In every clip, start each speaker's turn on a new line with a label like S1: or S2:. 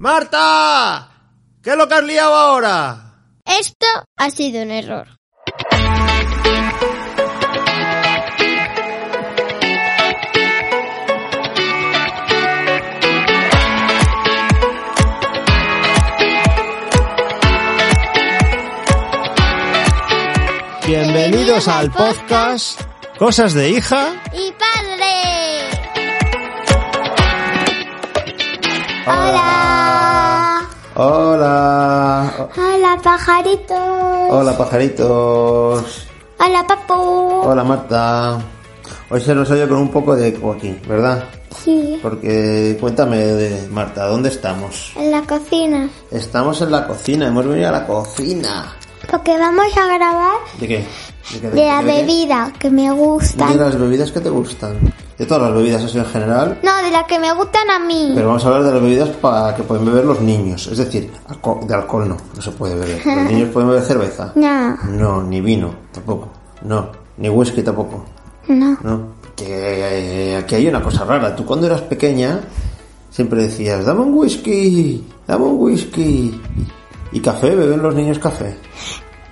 S1: ¡Marta! ¿Qué es lo que has liado ahora?
S2: Esto ha sido un error.
S1: Bienvenidos al podcast Cosas de hija.
S2: ¡Y padre! Hola.
S3: Hola.
S2: Hola, pajaritos.
S3: Hola pajaritos.
S2: Hola, papu.
S3: Hola Marta. Hoy se nos oye con un poco de eco aquí, ¿verdad?
S2: Sí.
S3: Porque cuéntame de Marta, ¿dónde estamos?
S2: En la cocina.
S3: Estamos en la cocina, hemos venido a la cocina.
S2: Porque vamos a grabar
S3: ¿De qué? ¿De, qué,
S2: de la
S3: qué, qué?
S2: bebida que me gusta.
S3: De las bebidas que te gustan. De todas las bebidas así en general.
S2: No, de la que me gustan a mí.
S3: Pero vamos a hablar de las bebidas para que pueden beber los niños. Es decir, alco- de alcohol no, no se puede beber. Los niños pueden beber cerveza.
S2: No,
S3: No, ni vino, tampoco. No, ni whisky tampoco.
S2: no.
S3: No, que eh, aquí hay una cosa rara. Tú cuando eras pequeña siempre decías, dame un whisky, dame un whisky. Y café, beben los niños café.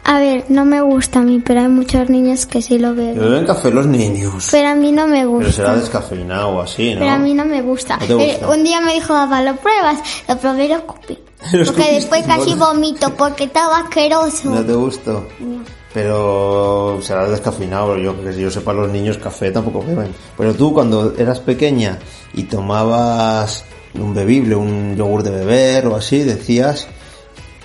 S2: A ver, no me gusta a mí, pero hay muchos niños que sí lo
S3: Que
S2: beben.
S3: beben café los niños.
S2: Pero a mí no me
S3: Pero
S2: gusta.
S3: será descafeinado o así,
S2: Pero a mí
S3: ¿no?
S2: no me gusta.
S3: ¿No te gusta?
S2: Eh, un día me dijo, papá, lo pruebas. Lo probé y lo escupí.
S3: Lo
S2: Porque
S3: escupiste,
S2: después casi
S3: bueno.
S2: vomito, porque estaba asqueroso.
S3: No te gustó. Pero será descafeinado, yo que yo sepa los niños café tampoco beben. Pero tú cuando eras pequeña y tomabas un bebible, un yogur de beber o así, decías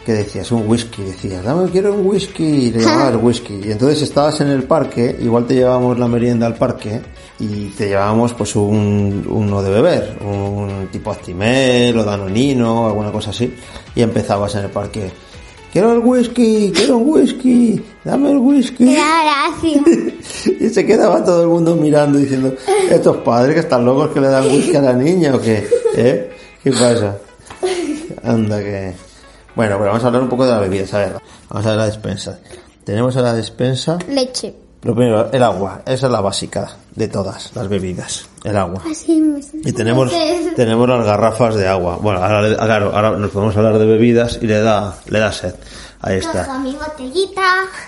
S3: que decías un whisky, decías, dame, quiero un whisky, y le llamabas whisky. Y entonces estabas en el parque, igual te llevábamos la merienda al parque y te llevábamos pues un, uno de beber, un tipo Actimel o Danonino, alguna cosa así, y empezabas en el parque. Quiero el whisky, quiero un whisky, dame el whisky.
S2: Era gracia.
S3: Y se quedaba todo el mundo mirando diciendo, estos padres que están locos que le dan whisky a la niña o qué, ¿eh? ¿Qué pasa? Anda que... Bueno, pero vamos a hablar un poco de las bebidas, a ver, vamos a ver la despensa. Tenemos en la despensa,
S2: Leche.
S3: lo primero, el agua, esa es la básica de todas las bebidas, el agua.
S2: Así me
S3: Y tenemos, tenemos las garrafas de agua. Bueno, ahora, le- ah, claro, ahora nos podemos hablar de bebidas y le da, le da sed. Ahí está.
S2: mi botellita.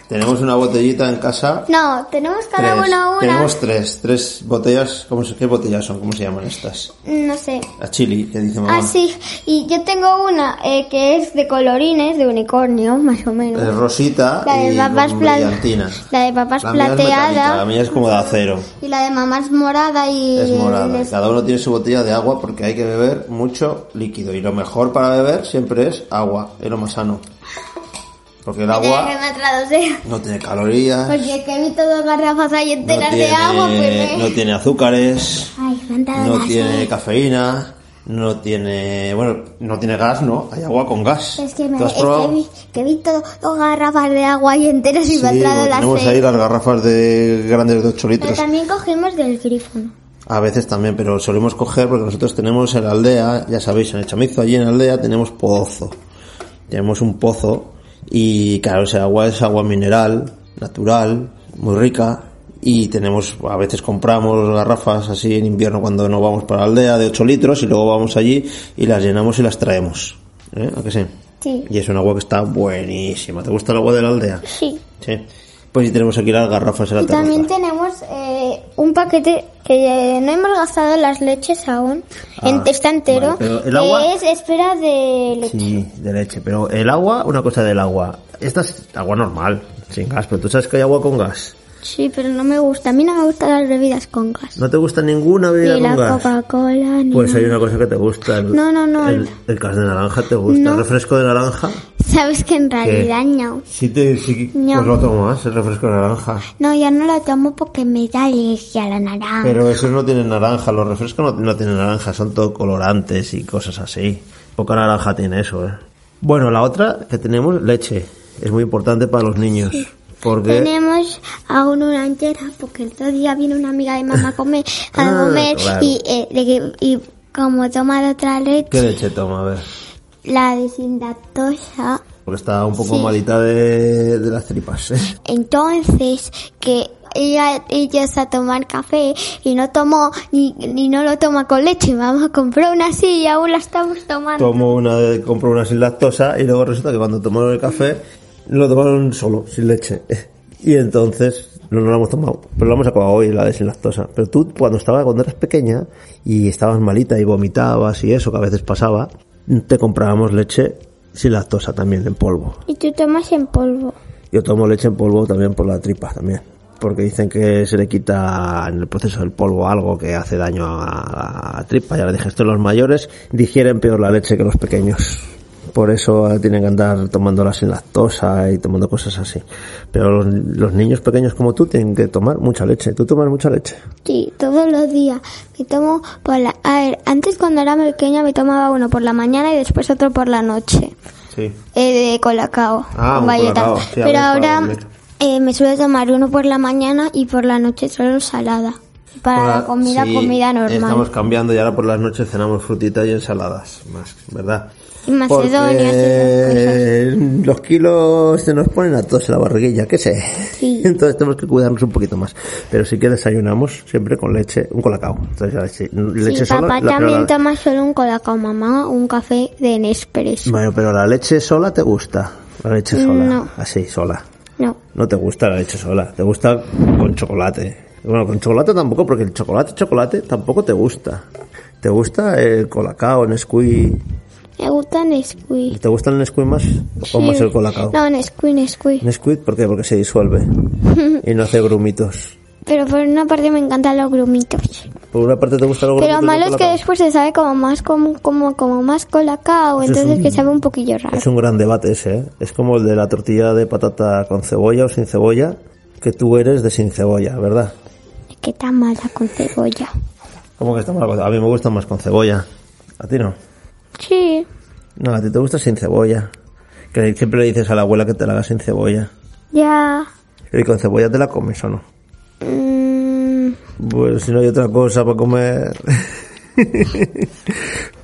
S3: Tenemos una botellita en casa
S2: No, tenemos cada
S3: Tres.
S2: uno una.
S3: Tenemos tres, tres botellas, ¿cómo se, ¿qué botellas son? ¿Cómo se llaman estas?
S2: No sé.
S3: A chili, que dice mamá.
S2: Ah, sí. Y yo tengo una eh, que es de colorines, de unicornio, más o menos.
S3: Es rosita
S2: La de
S3: y
S2: papas
S3: con brillantina.
S2: plateadas. La de papas
S3: La mía es metálica, la
S2: plateada.
S3: mía es como de acero,
S2: Y la de mamá es morada y...
S3: es morada.
S2: es-
S3: Cada uno tiene su botella de agua porque hay que beber mucho líquido y lo mejor para beber siempre es agua, es lo más sano. Porque el
S2: Que
S3: agua
S2: me traduce.
S3: no tiene calorías,
S2: Porque es que vi todas garrafas ahí
S3: no
S2: enteras de agua,
S3: tiene,
S2: pero...
S3: no tiene azúcares.
S2: Ay, me han dado
S3: no
S2: las-
S3: tiene cafeína, no tiene, bueno, no tiene gas, ¿no? Hay agua con gas.
S2: Es que, me,
S3: ¿Tú has
S2: es que
S3: probado?
S2: vi, que vi todo, dos garrafas de agua ahí enteras y
S3: Sí,
S2: me han traído
S3: porque
S2: las
S3: tenemos ahí
S2: seis.
S3: las garrafas de grandes de 8
S2: Pero
S3: litros.
S2: también cogimos del grifo.
S3: A veces también, pero solemos coger porque nosotros tenemos en la aldea, ya sabéis, en el chamizo allí en la aldea tenemos pozo. Tenemos un pozo y claro, ese agua es agua mineral, natural, muy rica y tenemos, a veces compramos garrafas así en invierno cuando no vamos para la aldea de 8 litros y luego vamos allí y las llenamos y las traemos. ¿Eh? ¿A que sí?
S2: Sí.
S3: Y es un agua que está buenísima. ¿Te gusta el agua de la aldea?
S2: Sí.
S3: Sí. Pues sí tenemos aquí las garrafas en la
S2: Y también
S3: terraza.
S2: tenemos eh, un paquete que eh, no hemos gastado las leches aún.
S3: Ah,
S2: en, está entero.
S3: vale, pero el agua-
S2: Que es espera de leche.
S3: Sí, de leche. Pero el agua, una cosa del agua. Esta es agua normal, sin gas. Pero tú sabes que hay agua con gas.
S2: Sí, pero no me gusta. A mí no me gustan las bebidas con gas.
S3: ¿No te gusta ninguna bebida
S2: Ni
S3: con
S2: la
S3: gas?
S2: Coca-Cola, ni
S3: Pues
S2: nada.
S3: hay una cosa que te gusta. El,
S2: No, no, no.
S3: El, el gas de naranja te gusta.
S2: No.
S3: ¿El refresco de naranja?
S2: Sabes que en realidad no.
S3: Sí, te, sí
S2: No.
S3: pues lo tomas, el refresco de naranja.
S2: No, ya no la tomo porque me da alergia a la naranja.
S3: Pero esos no tienen naranja, los refrescos no, no tienen naranja, son todo colorantes y cosas así. Poca naranja tiene eso, ¿eh? Bueno, la otra que tenemos, leche. Es muy importante para los niños. Porque...
S2: Tenemos aún una entera porque el otro día vino una amiga de mamá a comer, a
S3: Ah,
S2: comer
S3: claro.
S2: y, eh, de que- y como toma de otra
S3: ¿Qué
S2: leche,
S3: leche toma? A ver.
S2: la de sin lactosa,
S3: Porque está un poco
S2: Sí.
S3: malita de, de las tripas. ¿eh?
S2: entonces que ir a, ellos a tomar café y no tomó, ni, ni no lo toma con leche. Vamos, compró una así y aún la estamos tomando.
S3: Tomo una de, compro una sin lactosa y luego resulta que cuando tomaron el café lo tomaron solo, sin leche. Y entonces no nos lo hemos tomado, pero lo hemos acabado hoy, la de sin lactosa. Pero tú cuando estaba cuando eras pequeña y estabas malita y vomitabas y eso que a veces pasaba, te comprábamos leche sin lactosa también en polvo.
S2: Y tú tomas en polvo.
S3: Yo tomo leche en polvo también por la tripa también. Porque dicen que se le quita en el proceso del polvo algo que hace daño a la tripa. Ya lo dije, esto los mayores digieren peor la leche que los pequeños. Por eso tienen que andar tomándola sin lactosa y tomando cosas así. Pero los, los niños pequeños como tú tienen que tomar mucha leche. ¿Tú tomas mucha leche?
S2: Sí, todos los días. Me tomo por la... A ver, antes cuando era pequeña me tomaba uno por la mañana y después otro por la noche.
S3: Sí.
S2: Eh, de colacao.
S3: Ah,
S2: con
S3: un
S2: galletas.
S3: Colacao, sí, a ver,
S2: Pero ahora
S3: para dormir.
S2: eh, me suelo tomar uno por la mañana y por la noche solo ensalada. Para la comida,
S3: Sí,
S2: comida normal.
S3: Estamos cambiando y ahora por las noches cenamos frutitas y ensaladas, más, ¿verdad?
S2: Y macedonias y esas
S3: Porque los kilos se nos ponen a todos en la barriguilla, qué sé.
S2: Sí.
S3: Entonces tenemos que cuidarnos un poquito más. Pero sí que desayunamos siempre con leche, un colacao. Entonces la leche, leche
S2: Sí,
S3: sola,
S2: papá
S3: la- pero
S2: también
S3: la-
S2: toma solo un colacao, mamá, un café de Nespresso.
S3: Bueno, pero la leche sola te gusta. La leche sola,
S2: No.
S3: así, sola.
S2: No.
S3: No te gusta la leche sola, te gusta con chocolate. Bueno, con chocolate tampoco, porque el chocolate, chocolate tampoco te gusta. ¿Te gusta el colacao, Nesquik?
S2: Me gusta Nesquik.
S3: ¿Te gusta el Nesquik más o
S2: Sí.
S3: más el colacao?
S2: No, Nesquik, Nesquik.
S3: Nesquik, ¿por qué? Porque se disuelve y no hace grumitos.
S2: Pero por una parte me encantan los grumitos.
S3: Por una parte te gusta el grumitos
S2: Pero
S3: del
S2: malo es que
S3: Colacao.
S2: después se sabe como más como como como más colacao,
S3: Eso es
S2: entonces
S3: un-
S2: que sabe un poquillo raro.
S3: Es un gran debate ese, ¿eh? Es como el de la tortilla de patata con cebolla o sin cebolla, que tú eres de sin cebolla, ¿verdad?
S2: Que está mala con cebolla.
S3: ¿Cómo que está mal? A mí me gusta más con cebolla. ¿A ti no?
S2: Sí.
S3: No, a ti te gusta sin cebolla. Que siempre le dices a la abuela que te la haga sin cebolla.
S2: Ya.
S3: ¿Y con cebolla te la comes o no?
S2: mm,
S3: Pues si no hay otra cosa para comer.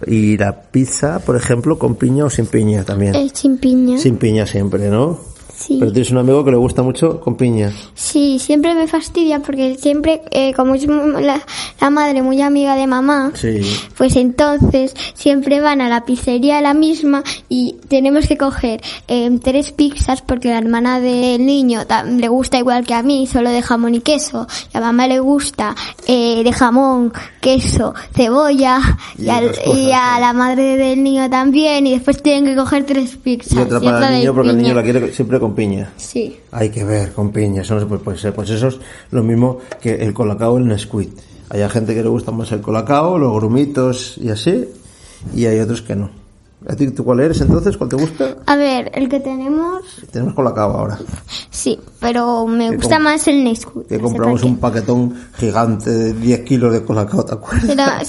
S3: y la pizza, por ejemplo, con piña o sin piña también.
S2: el sin piña.
S3: Sin piña siempre, ¿no?
S2: Eh. Sí.
S3: Pero tienes un amigo que le gusta mucho con piña.
S2: Sí, siempre me fastidia porque siempre, eh, como es mu- la, la madre muy amiga de mamá,
S3: Sí.
S2: pues entonces siempre van a la pizzería la misma y tenemos que coger eh, tres pizzas porque la hermana del niño ta- le gusta igual que a mí, solo de jamón y queso. Y a mamá le gusta eh, de jamón, queso, cebolla
S3: Y
S2: y, al-
S3: otras cosas,
S2: y a
S3: sí.
S2: la madre del niño también y después tienen que coger tres pizzas.
S3: Y otra para el
S2: de
S3: niño porque el niño
S2: piña.
S3: la quiere siempre con piña.
S2: Sí.
S3: Hay que ver, con piña, eso no se puede, puede ser. Pues eso es lo mismo que el colacao el Nesquik. Hay a gente que le gusta más el colacao, los grumitos y así, y hay otros que no. ¿A ti tú cuál eres entonces? ¿Cuál te gusta?
S2: A ver, el que tenemos
S3: Tenemos colacao ahora.
S2: Sí, pero me
S3: Que
S2: gusta
S3: com-
S2: más el Nesquik.
S3: Que
S2: no sé
S3: compramos
S2: por
S3: un
S2: qué.
S3: paquetón gigante de 10 kilos de colacao, ¿te acuerdas?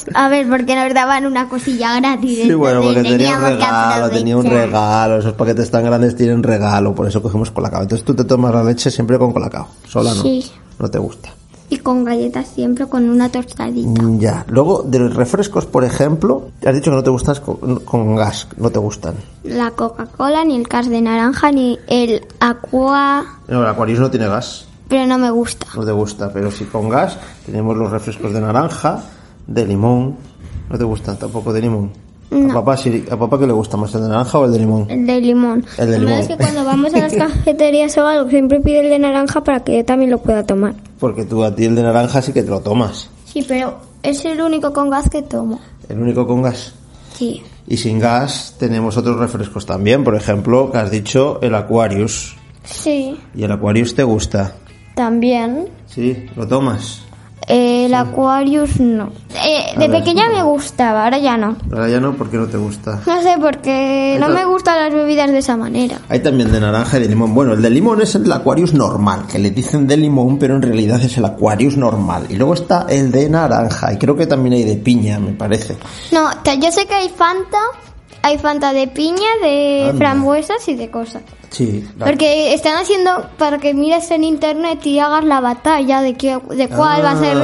S2: Pero, a ver, porque nos daban una cosilla gratis.
S3: Sí, bueno,
S2: entonces
S3: porque tenía un
S2: teníamos que
S3: regalo, tenía un
S2: aprovechar.
S3: regalo, esos paquetes tan grandes tienen regalo, por eso cogimos colacao. Entonces tú te tomas la leche siempre con colacao, sola no,
S2: Sí.
S3: no te gusta.
S2: Y con galletas siempre con una tostadita.
S3: Mm, Ya. Luego, de los refrescos, por ejemplo, has dicho que no te gustas con, con gas, no te gustan.
S2: La Coca-Cola, ni el cas de naranja, ni el Aqua.
S3: No, el Aquarius no tiene gas,
S2: Pero no me gusta.
S3: no te gusta, pero si con gas tenemos los refrescos de naranja, de limón, no te gustan tampoco de limón. A, papá, sí- ¿A papá que le gusta más, el de naranja o el de limón?
S2: El de limón.
S3: El de
S2: Lo malo
S3: limón.
S2: es que cuando vamos a las cafeterías o algo, siempre pide el de naranja para que yo también lo pueda tomar.
S3: Porque tú a ti el de naranja sí que te lo tomas,
S2: Sí, pero es el único con gas que tomo.
S3: el único con gas.
S2: Sí.
S3: Y sin gas tenemos otros refrescos también, por ejemplo, que has dicho el Aquarius.
S2: Sí.
S3: ¿Y el Aquarius te gusta?
S2: También.
S3: Sí, lo tomas.
S2: El Aquarius no. Eh,
S3: A
S2: de
S3: ver.
S2: pequeña me gustaba, ahora ya no.
S3: Ahora ya no, porque no te gusta.
S2: No sé, porque no me gustan las bebidas de esa manera.
S3: Hay también de naranja y de limón. Bueno, el de limón es el Aquarius normal, que le dicen de limón, pero en realidad es el Aquarius normal. Y luego está el de naranja, y creo que también hay de piña, me parece.
S2: No, ta- yo sé que hay Fanta, hay Fanta de piña, de
S3: Anda.
S2: frambuesas y de cosas.
S3: Sí, la-
S2: Porque están haciendo para que mires en internet y hagas la batalla de, qué, de cuál va a
S3: Ah.
S2: ser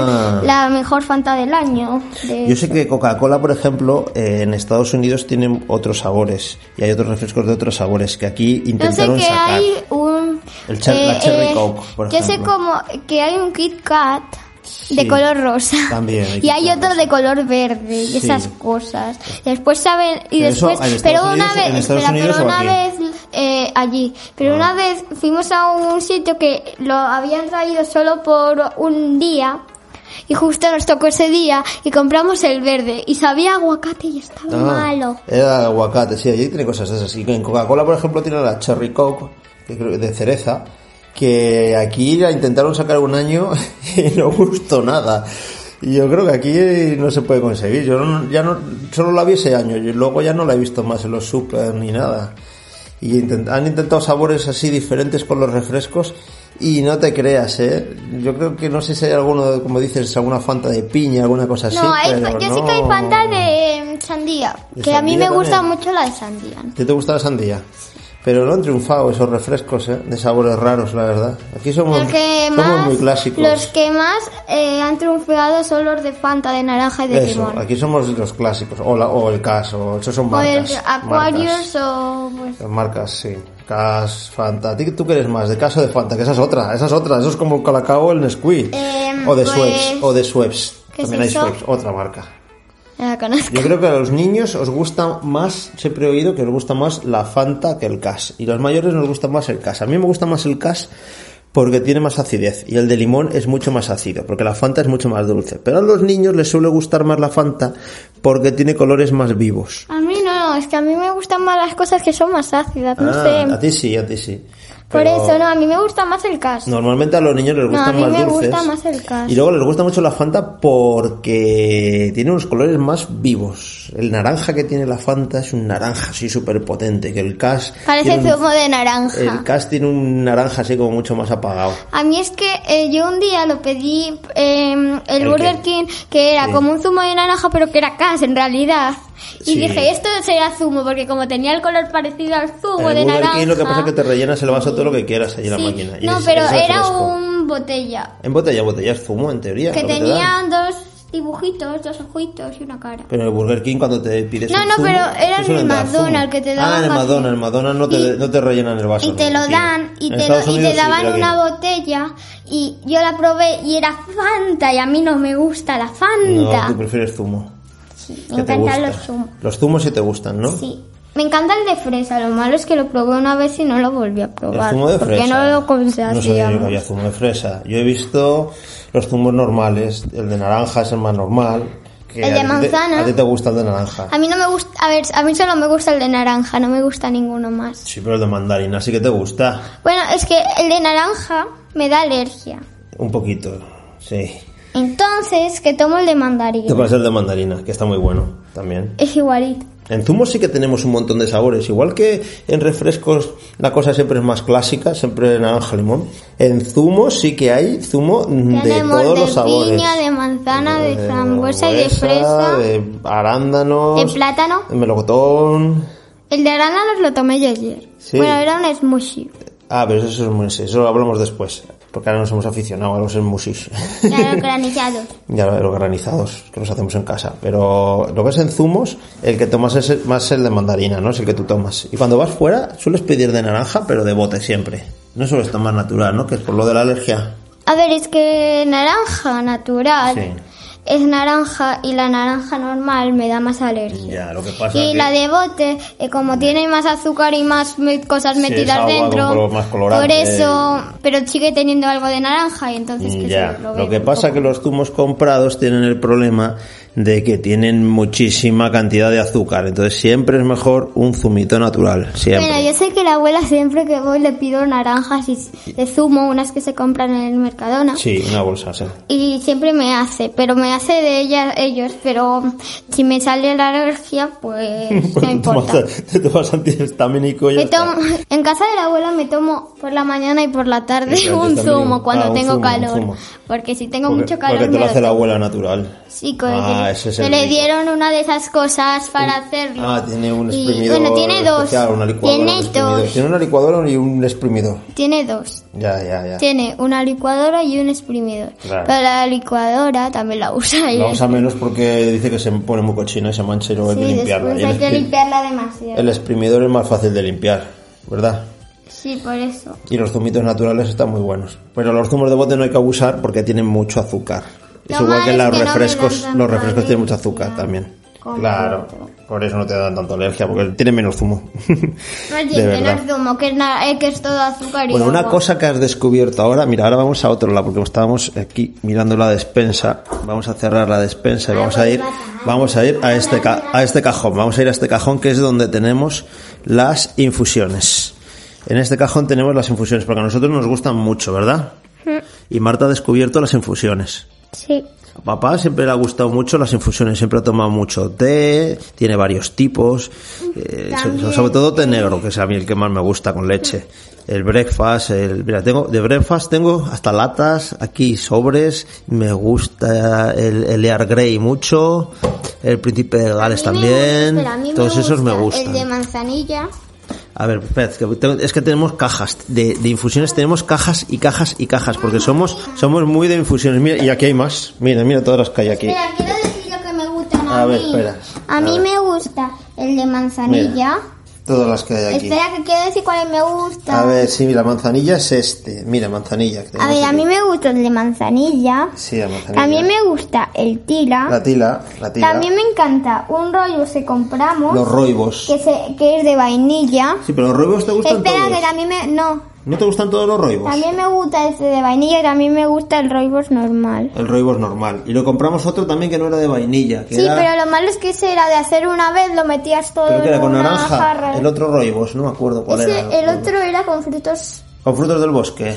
S2: la mejor Fanta del año. de-
S3: Yo sé que Coca-Cola, por ejemplo, eh, en Estados Unidos tienen otros sabores, y hay otros refrescos de otros sabores que aquí
S2: Yo sé
S3: intentaron
S2: que
S3: sacar.
S2: hay un eh,
S3: El cher- la Cherry Coke, por
S2: yo sé
S3: ejemplo.
S2: como que hay un Kit Kat de
S3: Sí,
S2: color rosa.
S3: también hay
S2: y
S3: Kit
S2: hay
S3: Kat
S2: otro de color verde y
S3: Sí.
S2: esas cosas. Después saben y
S3: Pero eso
S2: después
S3: en Estados
S2: pero una
S3: Unidos- en
S2: vez
S3: Estados
S2: espera,
S3: Unidos o
S2: pero una vez
S3: aquí? Ah.
S2: eh, allí, pero una vez fuimos a un sitio que lo habían traído solo por un día. Y justo nos tocó ese día y compramos el verde y sabía a aguacate y estaba
S3: Ah,
S2: malo.
S3: Era de aguacate, sí, allí tiene cosas de esas. Y en Coca-Cola, por ejemplo, tiene la Cherry Coke, que creo que de cereza, que aquí la intentaron sacar un año y no gustó nada. Y yo creo que aquí no se puede conseguir. Yo no- ya no, solo la vi ese año, y luego ya no la he visto más en los super ni nada. Y intent- han intentado sabores así diferentes con los refrescos y no te creas, ¿eh? Yo creo que no sé si hay alguno, como dices, alguna fanta de piña, alguna cosa así.
S2: no, hay,
S3: pero
S2: yo sé
S3: no-
S2: que hay Fanta de eh, sandía,
S3: ¿De
S2: que a mí me
S3: sandía
S2: gusta
S3: también?
S2: mucho la de sandía.
S3: ¿Te, te gusta la sandía? Pero no han triunfado esos refrescos ¿eh? de sabores raros, la verdad. Aquí somos,
S2: Los que
S3: somos
S2: más,
S3: muy clásicos.
S2: los que más eh, han triunfado son los de Fanta, de naranja y de
S3: Eso,
S2: limón.
S3: aquí somos los clásicos. O, la- o el CAS, o esos son
S2: o el
S3: marcas.
S2: Pues, Aquarius o... pues,
S3: Marcas, marcas sí. CAS, Fanta. ¿A ti ¿Tú quieres más? ¿De CAS o de Fanta? Que esa es otra, esa es otra. Eso es como el Calacao o el Nesquí.
S2: Eh,
S3: o de
S2: pues,
S3: Schweppes, o de Schweppes.
S2: ¿qué es
S3: También hay
S2: eso?
S3: Schweppes, otra marca.
S2: no la conozco.
S3: Yo creo que a los niños os gusta más, siempre he oído que os gusta más la Fanta que el Cas. Y a los mayores nos gusta más el Cas. A mí me gusta más el Cas porque tiene más acidez. Y el de limón es mucho más ácido, porque la Fanta es mucho más dulce. Pero a los niños les suele gustar más la Fanta porque tiene colores más vivos.
S2: A mí no, es que a mí me gustan más las cosas que son más ácidas, no
S3: Ah,
S2: sé.
S3: A ti sí, a ti sí.
S2: Por
S3: Pero-
S2: eso, no, a mí me gusta más el cas.
S3: Normalmente a los niños les
S2: No,
S3: gustan
S2: a mí
S3: más
S2: me
S3: dulces.
S2: gusta más el Cas.
S3: Y luego les gusta mucho la Fanta porque tiene unos colores más vivos. El naranja que tiene la Fanta es un naranja así súper potente. Que el Cas.
S2: Parece
S3: tiene un-
S2: zumo de naranja.
S3: El Cas tiene un naranja así como mucho más apagado.
S2: A mí es que eh, yo un día lo pedí eh, el,
S3: ¿El
S2: Burger
S3: qué?
S2: King, que era
S3: Sí.
S2: como un zumo de naranja, pero que era cas en realidad. Y
S3: Sí.
S2: dije, esto será zumo, porque como tenía el color parecido al zumo
S3: el
S2: de
S3: Burger
S2: naranja.
S3: King lo que pasa es que te rellenas el vaso todo lo que quieras allí en la
S2: Sí,
S3: máquina. Y
S2: No,
S3: es-
S2: pero
S3: es
S2: era
S3: refresco.
S2: un botella,
S3: En botella, botella es zumo en teoría.
S2: que
S3: lo te
S2: tenía
S3: dan.
S2: dos dibujitos, dos ojitos y una cara.
S3: Pero el Burger King cuando te pides
S2: No,
S3: un
S2: no,
S3: zumo,
S2: pero
S3: te
S2: era en
S3: suelen
S2: el
S3: dar zumo.
S2: McDonald's que te
S3: Ah,
S2: daban
S3: en el
S2: más zumo.
S3: McDonald's, en el McDonald's no te,
S2: Y-
S3: no te rellenan el vaso.
S2: Y te
S3: no,
S2: lo
S3: sí.
S2: dan, y
S3: En
S2: te, lo,
S3: Estados
S2: y
S3: Unidos
S2: te
S3: sí,
S2: daban
S3: pero aquí
S2: una
S3: no.
S2: botella, y yo la probé y era Fanta, y a mí no me gusta la
S3: No,
S2: Fanta.
S3: tú prefieres zumo.
S2: Sí, me
S3: ¿Qué te
S2: encantan
S3: gusta?
S2: los zumos.
S3: Los zumos sí te gustan, ¿no?
S2: Sí. Me encanta el de fresa, lo malo es que lo probé una vez y no lo volví a
S3: El
S2: probar.
S3: zumo de
S2: porque
S3: fresa.
S2: no lo
S3: No sabía yo que
S2: conseguíamos.
S3: había zumo de fresa. Yo he visto los zumos normales. El de naranja es el más normal. que
S2: El de
S3: a ti te-
S2: manzana.
S3: A ti te gusta el de naranja.
S2: a mí no me gusta, a ver, a mí solo me gusta el de naranja, no me gusta ninguno más.
S3: Sí, pero el de mandarina sí que te gusta.
S2: Bueno, es que el de naranja me da alergia.
S3: Un poquito, sí.
S2: Entonces, que tomo el de
S3: ¿Qué te
S2: mandarina.
S3: parece el de mandarina? Que está muy bueno también.
S2: Es igualito.
S3: En zumos sí que tenemos un montón de sabores. Igual que en refrescos la cosa siempre es más clásica, siempre naranja limón. En zumos sí que hay zumo de
S2: Tenemos
S3: todos
S2: de
S3: los sabores. Eh,
S2: piña, de manzana, de frambuesa y de fresa.
S3: De arándanos.
S2: de plátano.
S3: De melocotón.
S2: El de arándanos lo tomé yo ayer.
S3: Sí.
S2: Bueno, era un smoothie.
S3: Ah, pero eso es muy- eso lo hablamos después. Porque ahora nos hemos aficionado a los esmusis.
S2: Claro, granizados.
S3: ya los granizados que los hacemos en casa. Pero lo que es en zumos, el que tomas es el- más el de mandarina, ¿no? Es el que tú tomas. Y cuando vas fuera, sueles pedir de naranja, pero de bote siempre. No sueles tomar natural, ¿no? Que es por lo de la alergia.
S2: A ver, es que naranja natural
S3: Sí.
S2: es naranja y la naranja normal me da más alergia.
S3: Ya, lo que pasa
S2: Y
S3: que-
S2: la de bote, eh, como tiene más azúcar y más me- cosas
S3: Sí, es
S2: metidas
S3: agua con
S2: dentro,
S3: color- más colorante.
S2: por eso, pero sigue teniendo algo de naranja y entonces que
S3: Mm, Ya,
S2: se
S3: lo
S2: bebo
S3: que
S2: un
S3: pasa es que
S2: poco.
S3: los zumos comprados tienen el problema de que tienen muchísima cantidad de azúcar, entonces siempre es mejor un zumito natural, siempre.
S2: Bueno, yo sé que la abuela siempre que voy le pido naranjas y de zumo, unas que se compran en el Mercadona.
S3: Sí, una bolsa, sí.
S2: Y siempre me hace, pero me hace de ella, ellos, pero si me sale la alergia, pues no
S3: Te tomas-
S2: importa.
S3: te tomas antihistamínico y ya
S2: Me
S3: está.
S2: tomo- en casa de la abuela me tomo por la mañana y por la tarde
S3: Sí, pero
S2: un
S3: antes también.
S2: zumo cuando
S3: Ah, un
S2: tengo
S3: zumo, un
S2: calor.
S3: zumo.
S2: Porque si tengo
S3: Porque-
S2: mucho calor...
S3: Porque te
S2: me
S3: lo
S2: lo
S3: hace la
S2: tomo.
S3: abuela natural.
S2: Sí, con-
S3: Ah, ese es
S2: me
S3: el
S2: le
S3: rico.
S2: dieron una de esas cosas para hacerlo.
S3: Ah, tiene un
S2: Y,
S3: exprimidor.
S2: bueno, tiene dos.
S3: especial, una licuadora, un
S2: tiene
S3: exprimidor.
S2: dos.
S3: Tiene una licuadora y un exprimidor.
S2: Tiene dos.
S3: Ya, ya, ya.
S2: Tiene una licuadora y un exprimidor.
S3: Claro.
S2: Pero la licuadora también la usa
S3: La
S2: ella.
S3: usa menos porque dice que se pone muy cochina y se mancha y luego hay que
S2: Sí,
S3: limpiarla.
S2: después
S3: Y el
S2: hay que
S3: exprim-
S2: limpiarla demasiado.
S3: El exprimidor es más fácil de limpiar, ¿verdad?
S2: Sí, por eso.
S3: Y los zumitos naturales están muy buenos. Pero los zumos de bote no hay que abusar porque tienen mucho azúcar. Es
S2: Lo
S3: igual que
S2: malo es
S3: los
S2: que no me
S3: refrescos,
S2: dan
S3: los refrescos tienen mucho
S2: alergia.
S3: azúcar también.
S2: Con
S3: Claro, por eso no te dan tanta alergia, porque tienen menos zumo.
S2: No es
S3: De verdad.
S2: menos zumo, que es, na- eh, que es todo azúcar y
S3: Bueno, una
S2: agua.
S3: cosa que has descubierto ahora, mira, ahora vamos a otro lado, porque estábamos aquí mirando la despensa, vamos a cerrar la despensa y vamos a ir, vamos a ir a este, ca- a este cajón, vamos a ir a este cajón que es donde tenemos las infusiones. En este cajón tenemos las infusiones, porque a nosotros nos gustan mucho, ¿verdad? Y Marta ha descubierto las infusiones.
S2: Sí.
S3: A papá siempre le ha gustado mucho las infusiones, siempre ha tomado mucho té, tiene varios tipos, eh, so-
S2: También.
S3: sobre todo té negro, que es a mí el que más me gusta con leche. El breakfast, el, mira, tengo, de breakfast tengo hasta latas, aquí sobres, me gusta el, el Earl Grey mucho, el Príncipe de Gales
S2: A mí me gusta-
S3: también,
S2: espera, a mí me
S3: todos esos me
S2: gusta
S3: gustan.
S2: El de manzanilla.
S3: A ver, espera, es que tengo- es que tenemos cajas de, de infusiones, tenemos cajas y cajas y cajas, porque somos, somos muy de infusiones. Mira, y aquí hay más, mira, mira todas las que hay aquí.
S2: Espera, quiero decir lo que me gustan
S3: A
S2: a,
S3: ver,
S2: mí.
S3: espera.
S2: A,
S3: A
S2: mí
S3: ver.
S2: me gusta el de manzanilla.
S3: Todas las que hay aquí.
S2: Espera, que quiero decir cuál me gusta.
S3: A ver, sí, la manzanilla es este. Mira, manzanilla. que
S2: A
S3: tenemos
S2: ver, a
S3: aquí.
S2: mí me gusta el de manzanilla.
S3: Sí, la manzanilla.
S2: También me gusta el
S3: La
S2: tila.
S3: tila, la tila.
S2: También me encanta un rollo que compramos
S3: Los roibos.
S2: que, se- que es de vainilla.
S3: Sí, pero los roibos te gustan
S2: Espera,
S3: todos.
S2: que también me... No,
S3: ¿No te gustan todos los roibos?
S2: también me gusta este de vainilla y también me gusta el roibos normal.
S3: El roibos normal. Y lo compramos otro también que no era de vainilla. Que
S2: Sí,
S3: era...
S2: pero lo malo es que ese era de hacer una vez, lo metías todo
S3: creo que
S2: en
S3: era con
S2: una
S3: naranja.
S2: jarra.
S3: El otro roibos, no me acuerdo cuál
S2: Ese-
S3: era.
S2: el otro era con frutos
S3: Con frutos del bosque.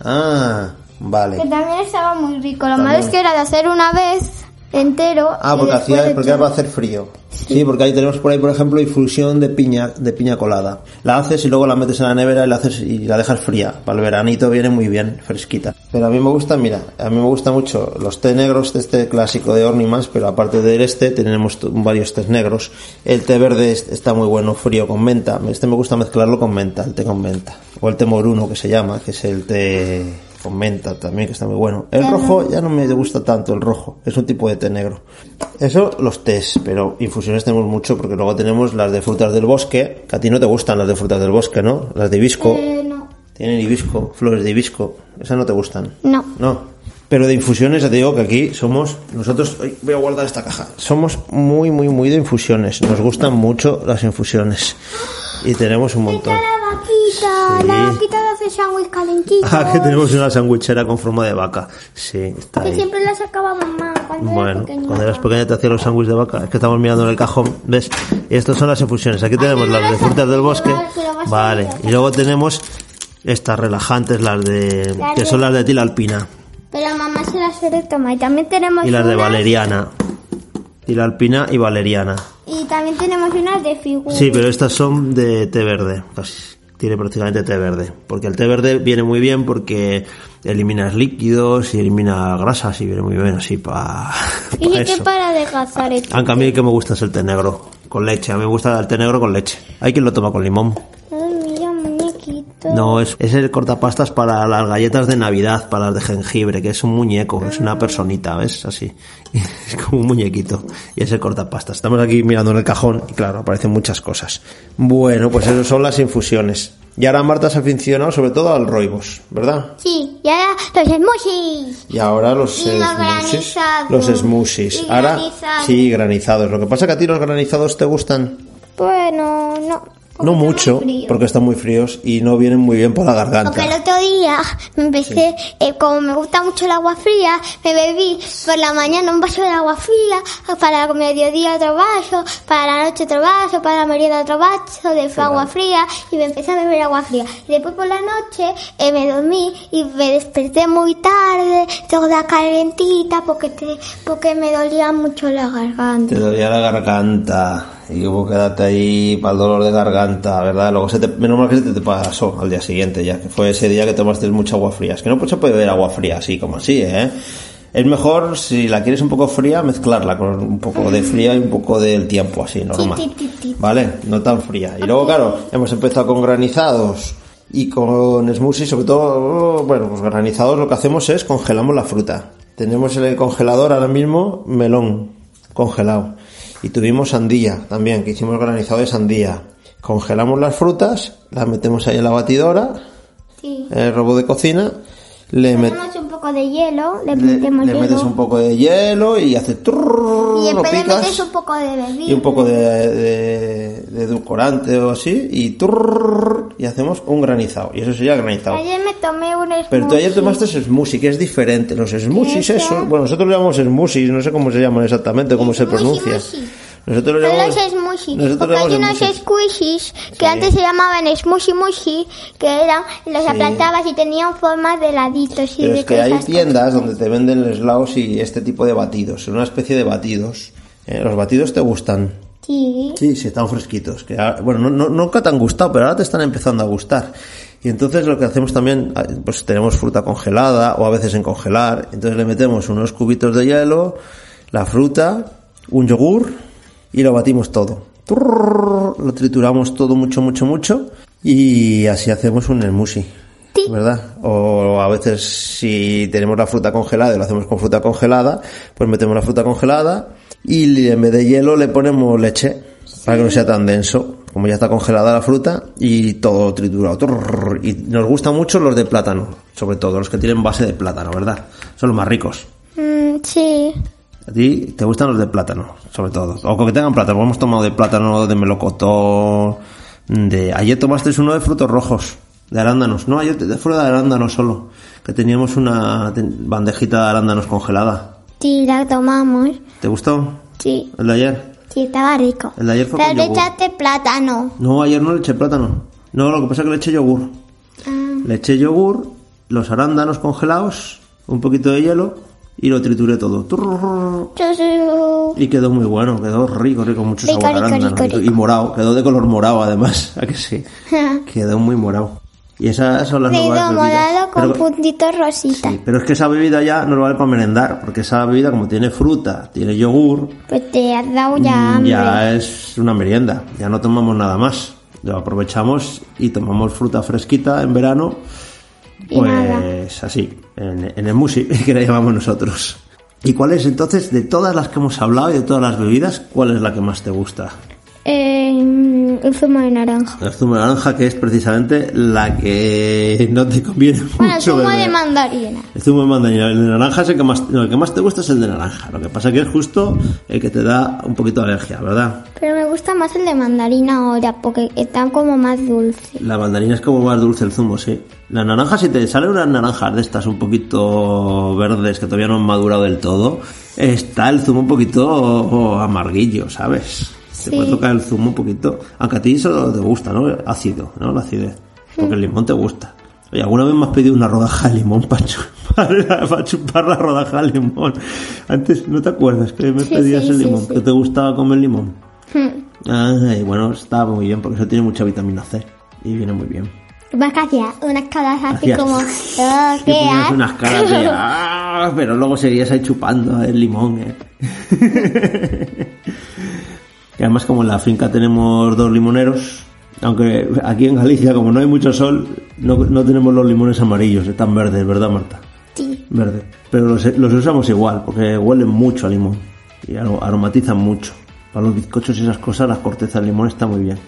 S3: Ah,
S2: que
S3: vale.
S2: también estaba muy rico. Lo malo
S3: También.
S2: es que era de hacer una vez entero.
S3: Ah,
S2: y
S3: porque,
S2: después
S3: hacía,
S2: de
S3: porque ahora
S2: todo.
S3: va a hacer frío. Sí. porque ahí tenemos por ahí, por ejemplo, infusión de piña, de piña colada. La haces y luego la metes en la nevera y la haces y la dejas fría. Para el veranito viene muy bien, fresquita. Pero a mí me gusta, mira, a mí me gusta mucho los té negros, este clásico de Ornimans, pero aparte del este tenemos t- varios tés negros. El té verde es- está muy bueno, frío con menta. Este me gusta mezclarlo con menta, el té con menta. O el té moruno que se llama, que es el té con menta también, que está muy bueno. El rojo ya no me gusta tanto, el rojo. Es un tipo de té negro. Eso los tés, pero infusiones tenemos mucho porque luego tenemos las de frutas del bosque, que a ti no te gustan las de frutas del bosque, ¿no? Las de hibisco,
S2: Eh, no.
S3: tienen hibisco, flores de hibisco, esas no te gustan.
S2: No.
S3: No. Pero de infusiones, ya te digo que aquí somos, nosotros, ay, voy a guardar esta caja, somos muy, muy, muy de infusiones, nos gustan mucho las infusiones y tenemos un montón.
S2: La vaquita,
S3: Sí.
S2: la vaquita la hace sándwich calentito.
S3: Ah, que tenemos una sandwichera con forma de vaca, sí, está
S2: Que
S3: ahí.
S2: siempre la sacaba mamá cuando era
S3: Bueno,
S2: pequeña.
S3: cuando eras pequeña te hacían los sándwiches de vaca. Es que estamos mirando en el cajón, ¿ves? Y estas son las infusiones. Aquí tenemos
S2: no
S3: las de
S2: las
S3: frutas del
S2: has-
S3: bosque.
S2: no, que lo vas a
S3: Vale.
S2: mirar.
S3: Y luego tenemos estas relajantes, las de...
S2: Las
S3: que
S2: de-
S3: son las de tila alpina.
S2: Pero mamá se la hace de tomar. Y también tenemos
S3: Y las de
S2: una-
S3: valeriana. Tila alpina y valeriana.
S2: Y también tenemos unas de figuras.
S3: Sí, pero estas son de té verde. Casi. Tiene prácticamente té verde. Porque el té verde viene muy bien porque eliminas líquidos y elimina grasas y viene muy bien así para...
S2: Y es que para adelgazar esto.
S3: Aunque a mí el que me gusta es el té negro con leche. A mí me gusta el té negro con leche. Hay quien lo toma con limón.
S2: Ay, mira, muñequito.
S3: No, es, es el cortapastas para las galletas de Navidad, para las de jengibre, que es un muñeco, es una personita, ¿ves? Así. Es como un muñequito. Y es el cortapastas. Estamos aquí mirando en el cajón y claro, aparecen muchas cosas. Bueno, pues eso son las infusiones. Y ahora Marta se ha aficionado sobre todo al roibos, ¿verdad?
S2: Sí, y ahora los smoothies.
S3: Y ahora los
S2: Y los
S3: smoothies.
S2: granizados.
S3: Los smoothies.
S2: Y
S3: Ahora
S2: granizados.
S3: sí, granizados. Lo que pasa que a ti los granizados te gustan.
S2: Bueno, no. porque
S3: No
S2: está muy
S3: mucho,
S2: frío.
S3: porque están muy fríos y no vienen muy bien por la
S2: Porque el
S3: garganta.
S2: otro día me empecé, eh, como me gusta mucho el agua fría, me bebí por la mañana un vaso de agua fría, para el mediodía otro vaso, para la noche otro vaso, para la merienda otro vaso de agua fría y me empecé a beber agua fría. Y después por la noche eh, me dormí y me desperté muy tarde, toda calentita porque te, porque me dolía mucho la garganta.
S3: Te dolía la garganta y hubo que darte ahí para el dolor de garganta, ¿verdad? Luego se te, menos mal que se te, te pasó al día siguiente ya, que fue ese día que tomaste mucha agua fría. Es que no se puede beber agua fría así como así, ¿eh? Es mejor, si la quieres un poco fría, mezclarla con un poco de fría y un poco del tiempo así, normal.
S2: Sí, sí, sí, sí.
S3: ¿Vale? No tan fría. Y luego, claro, hemos empezado con granizados y con smoothies, sobre todo, bueno, pues granizados lo que hacemos es congelamos la fruta. Tenemos en el congelador ahora mismo melón congelado. Y tuvimos sandía también, que hicimos granizado de sandía. Congelamos las frutas, las metemos ahí en la batidora,
S2: Sí.
S3: en el robot de cocina, le, met-
S2: Ponemos un poco de hielo, le,
S3: le-
S2: metemos
S3: le
S2: hielo.
S3: metes un poco de hielo y hace trrrr,
S2: y
S3: lo
S2: después le metes
S3: picas
S2: un poco de bebida.
S3: y un poco de, de- de edulcorante o así y trrrr, y hacemos un granizado. Y eso sería granizado.
S2: Ayer me tomé un smoothie.
S3: Pero tú ayer tomaste smoothie, que es diferente. Los smoothies,
S2: Ese.
S3: eso. Bueno, nosotros lo llamamos smoothies, no sé cómo se llaman exactamente, cómo se
S2: Smushy,
S3: pronuncia.
S2: mushy.
S3: Nosotros lo
S2: Pero
S3: llamamos.
S2: los smushy.
S3: nosotros
S2: Porque hay
S3: llamamos smoothies.
S2: unos squishies
S3: Sí.
S2: que antes se llamaban smushy mushy, que eran, los
S3: Sí.
S2: aplastabas y tenían forma de heladitos y
S3: Pero
S2: de
S3: es que hay
S2: cosas.
S3: tiendas donde te venden los laos y este tipo de batidos. Son una especie de batidos. Eh, los batidos te gustan.
S2: Sí.
S3: Sí, sí, están fresquitos. Que ahora- bueno, no, no- nunca te han gustado, pero ahora te están empezando a gustar. Y entonces lo que hacemos también, ah, pues tenemos fruta congelada o a veces en congelar. Entonces le metemos unos cubitos de hielo, la fruta, un yogur y lo batimos todo. Turrrr, Lo trituramos todo mucho, mucho, mucho y así hacemos un smoothie.
S2: Sí.
S3: ¿Verdad? O a veces si tenemos la fruta congelada y lo hacemos con fruta congelada, pues metemos la fruta congelada y le- en vez de hielo le ponemos leche para que no sea tan denso, como ya está congelada la fruta y todo triturado. Turr. Y nos gustan mucho los de plátano, sobre todo los que tienen base de plátano, ¿verdad? Son los más ricos.
S2: Mm, sí.
S3: A ti te gustan los de plátano, sobre todo. O con que tengan plátano. Hemos tomado de plátano, de melocotón, de... Ayer tomasteis uno de frutos rojos, de arándanos. No, ayer de fruta de arándanos solo. Que teníamos una ten- bandejita de arándanos congelada.
S2: Sí, la tomamos.
S3: ¿Te gustó?
S2: Sí.
S3: El de ayer.
S2: Sí, estaba rico.
S3: El de ayer fue
S2: Pero
S3: con
S2: le
S3: yogur.
S2: echaste plátano.
S3: No, ayer no le eché plátano. No, lo que pasa es que le eché yogur.
S2: Ah,
S3: Le eché yogur, los arándanos congelados, un poquito de hielo y lo trituré todo. Turrurrur.
S2: chu, chu.
S3: Y quedó muy bueno, quedó rico, rico, mucho
S2: Rico,
S3: sabor a
S2: rico,
S3: arándano.
S2: rico, rico.
S3: Y morado, quedó de color morado además, ¿a que sí? Quedó muy morado. Y esas son las
S2: Rido
S3: nuevas bebidas.
S2: morado con
S3: Pero-
S2: puntitos rositas.
S3: sí, pero es que esa bebida ya nos vale para merendar, porque esa bebida como tiene fruta, tiene yogur,
S2: Pues te has dado
S3: mm,
S2: ya hambre.
S3: ya es una merienda, ya no tomamos nada más. Lo aprovechamos y tomamos fruta fresquita en verano,
S2: Y
S3: pues
S2: nada.
S3: así, en, en el musi que la llamamos nosotros. ¿Y cuál es entonces, de todas las que hemos hablado y de todas las bebidas, cuál es la que más te gusta?
S2: Eh, mm, el zumo de naranja.
S3: El zumo de naranja, que es precisamente la que no te conviene
S2: Bueno, el
S3: mucho
S2: zumo de
S3: beber.
S2: mandarina.
S3: El zumo de mandarina. El de naranja es el que más, no, el que más te gusta es el de naranja. Lo que pasa que es justo el que te da un poquito de alergia, ¿verdad?
S2: Pero me gusta más el de mandarina ahora porque está como más dulce.
S3: La mandarina es como más dulce el zumo, sí. La naranja, si te salen unas naranjas de estas un poquito verdes que todavía no han madurado del todo, está el zumo un poquito oh, amarguillo, ¿sabes?
S2: Sí.
S3: Te puede tocar el zumo un poquito. Aunque a ti eso te gusta, ¿no? Ácido, ¿no? La acidez. Porque el limón te gusta. Oye, ¿alguna vez me has pedido una rodaja de limón para chupar, para chupar la rodaja de limón? Antes, ¿no te acuerdas que me
S2: Sí,
S3: pedías
S2: sí,
S3: el
S2: sí,
S3: limón?
S2: sí.
S3: ¿Que te gustaba comer limón?
S2: Hmm.
S3: Ah, y bueno, está muy bien porque eso tiene mucha vitamina C y viene muy bien.
S2: Vas a hacer unas caras así
S3: Hacía-
S2: como... "Ah,
S3: Y
S2: ¿Qué
S3: ponías
S2: asco".
S3: unas caras de, "Ah", pero luego seguías ahí chupando el limón. ¿eh? y además como en la finca tenemos dos limoneros, aunque aquí en Galicia como no hay mucho sol, no, no tenemos los limones amarillos, están verdes, ¿verdad Marta?
S2: Sí.
S3: Verde. Pero los, los usamos igual, porque huelen mucho a limón y aro- aromatizan mucho. Para los bizcochos y esas cosas, las cortezas de limón está muy bien.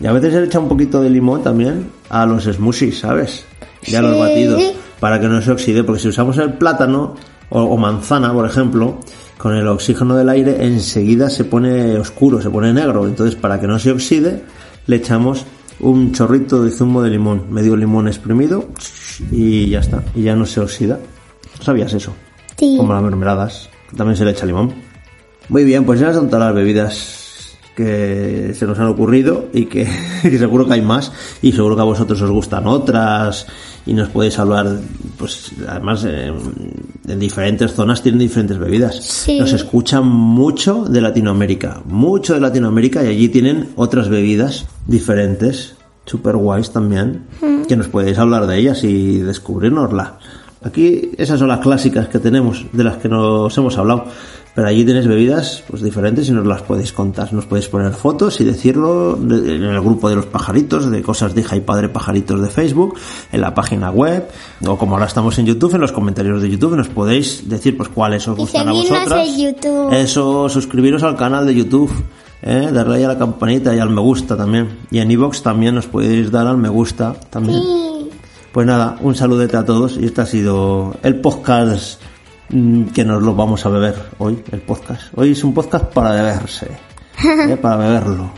S3: Y a veces se le echa un poquito de limón también a los smoothies, ¿sabes? Y a los
S2: Sí.
S3: batidos, para que no se oxide, porque si usamos el plátano o, o manzana, por ejemplo, con el oxígeno del aire, enseguida se pone oscuro, se pone negro. Entonces, para que no se oxide, le echamos un chorrito de zumo de limón, medio limón exprimido y ya está, y ya no se oxida. ¿Sabías eso?
S2: Sí.
S3: Como las mermeladas, que también se le echa limón. Muy bien, pues esas son todas las bebidas que se nos han ocurrido y que, que seguro que hay más y seguro que a vosotros os gustan otras y nos podéis hablar, pues además eh, en diferentes zonas tienen diferentes bebidas.
S2: Sí.
S3: Nos escuchan mucho de Latinoamérica, mucho de Latinoamérica y allí tienen otras bebidas diferentes, super guays también, que nos podéis hablar de ellas y descubrirnosla. Aquí esas son las clásicas que tenemos, de las que nos hemos hablado, pero allí tenéis bebidas pues diferentes y nos las podéis contar, nos podéis poner fotos y decirlo de- en el grupo de los pajaritos, de cosas de hija y padre pajaritos de Facebook, en la página web, o como ahora estamos en YouTube, en los comentarios de YouTube nos podéis decir pues cuáles os
S2: Y
S3: gustan a
S2: seguidnos
S3: vosotras.
S2: en YouTube.
S3: Eso, suscribiros al canal de YouTube. ¿eh? darle ahí a la campanita y al me gusta también. Y en iVoox también nos podéis dar al me gusta también. Pues nada, un saludete a todos y este ha sido el podcast mm, que nos lo vamos a beber hoy, el podcast. Hoy es un podcast para beberse, ¿eh? para beberlo.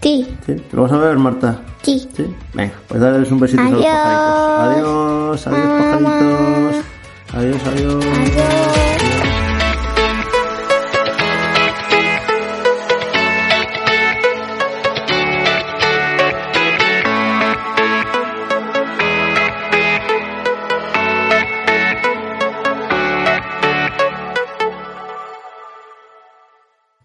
S2: Ti,
S3: ¿Sí? ¿Te lo vas a beber, Marta?
S2: ti.
S3: Sí. Venga, pues darles un besito a los
S2: Adiós.
S3: pajaritos. Adiós, adiós, pajaritos. Adiós, adiós.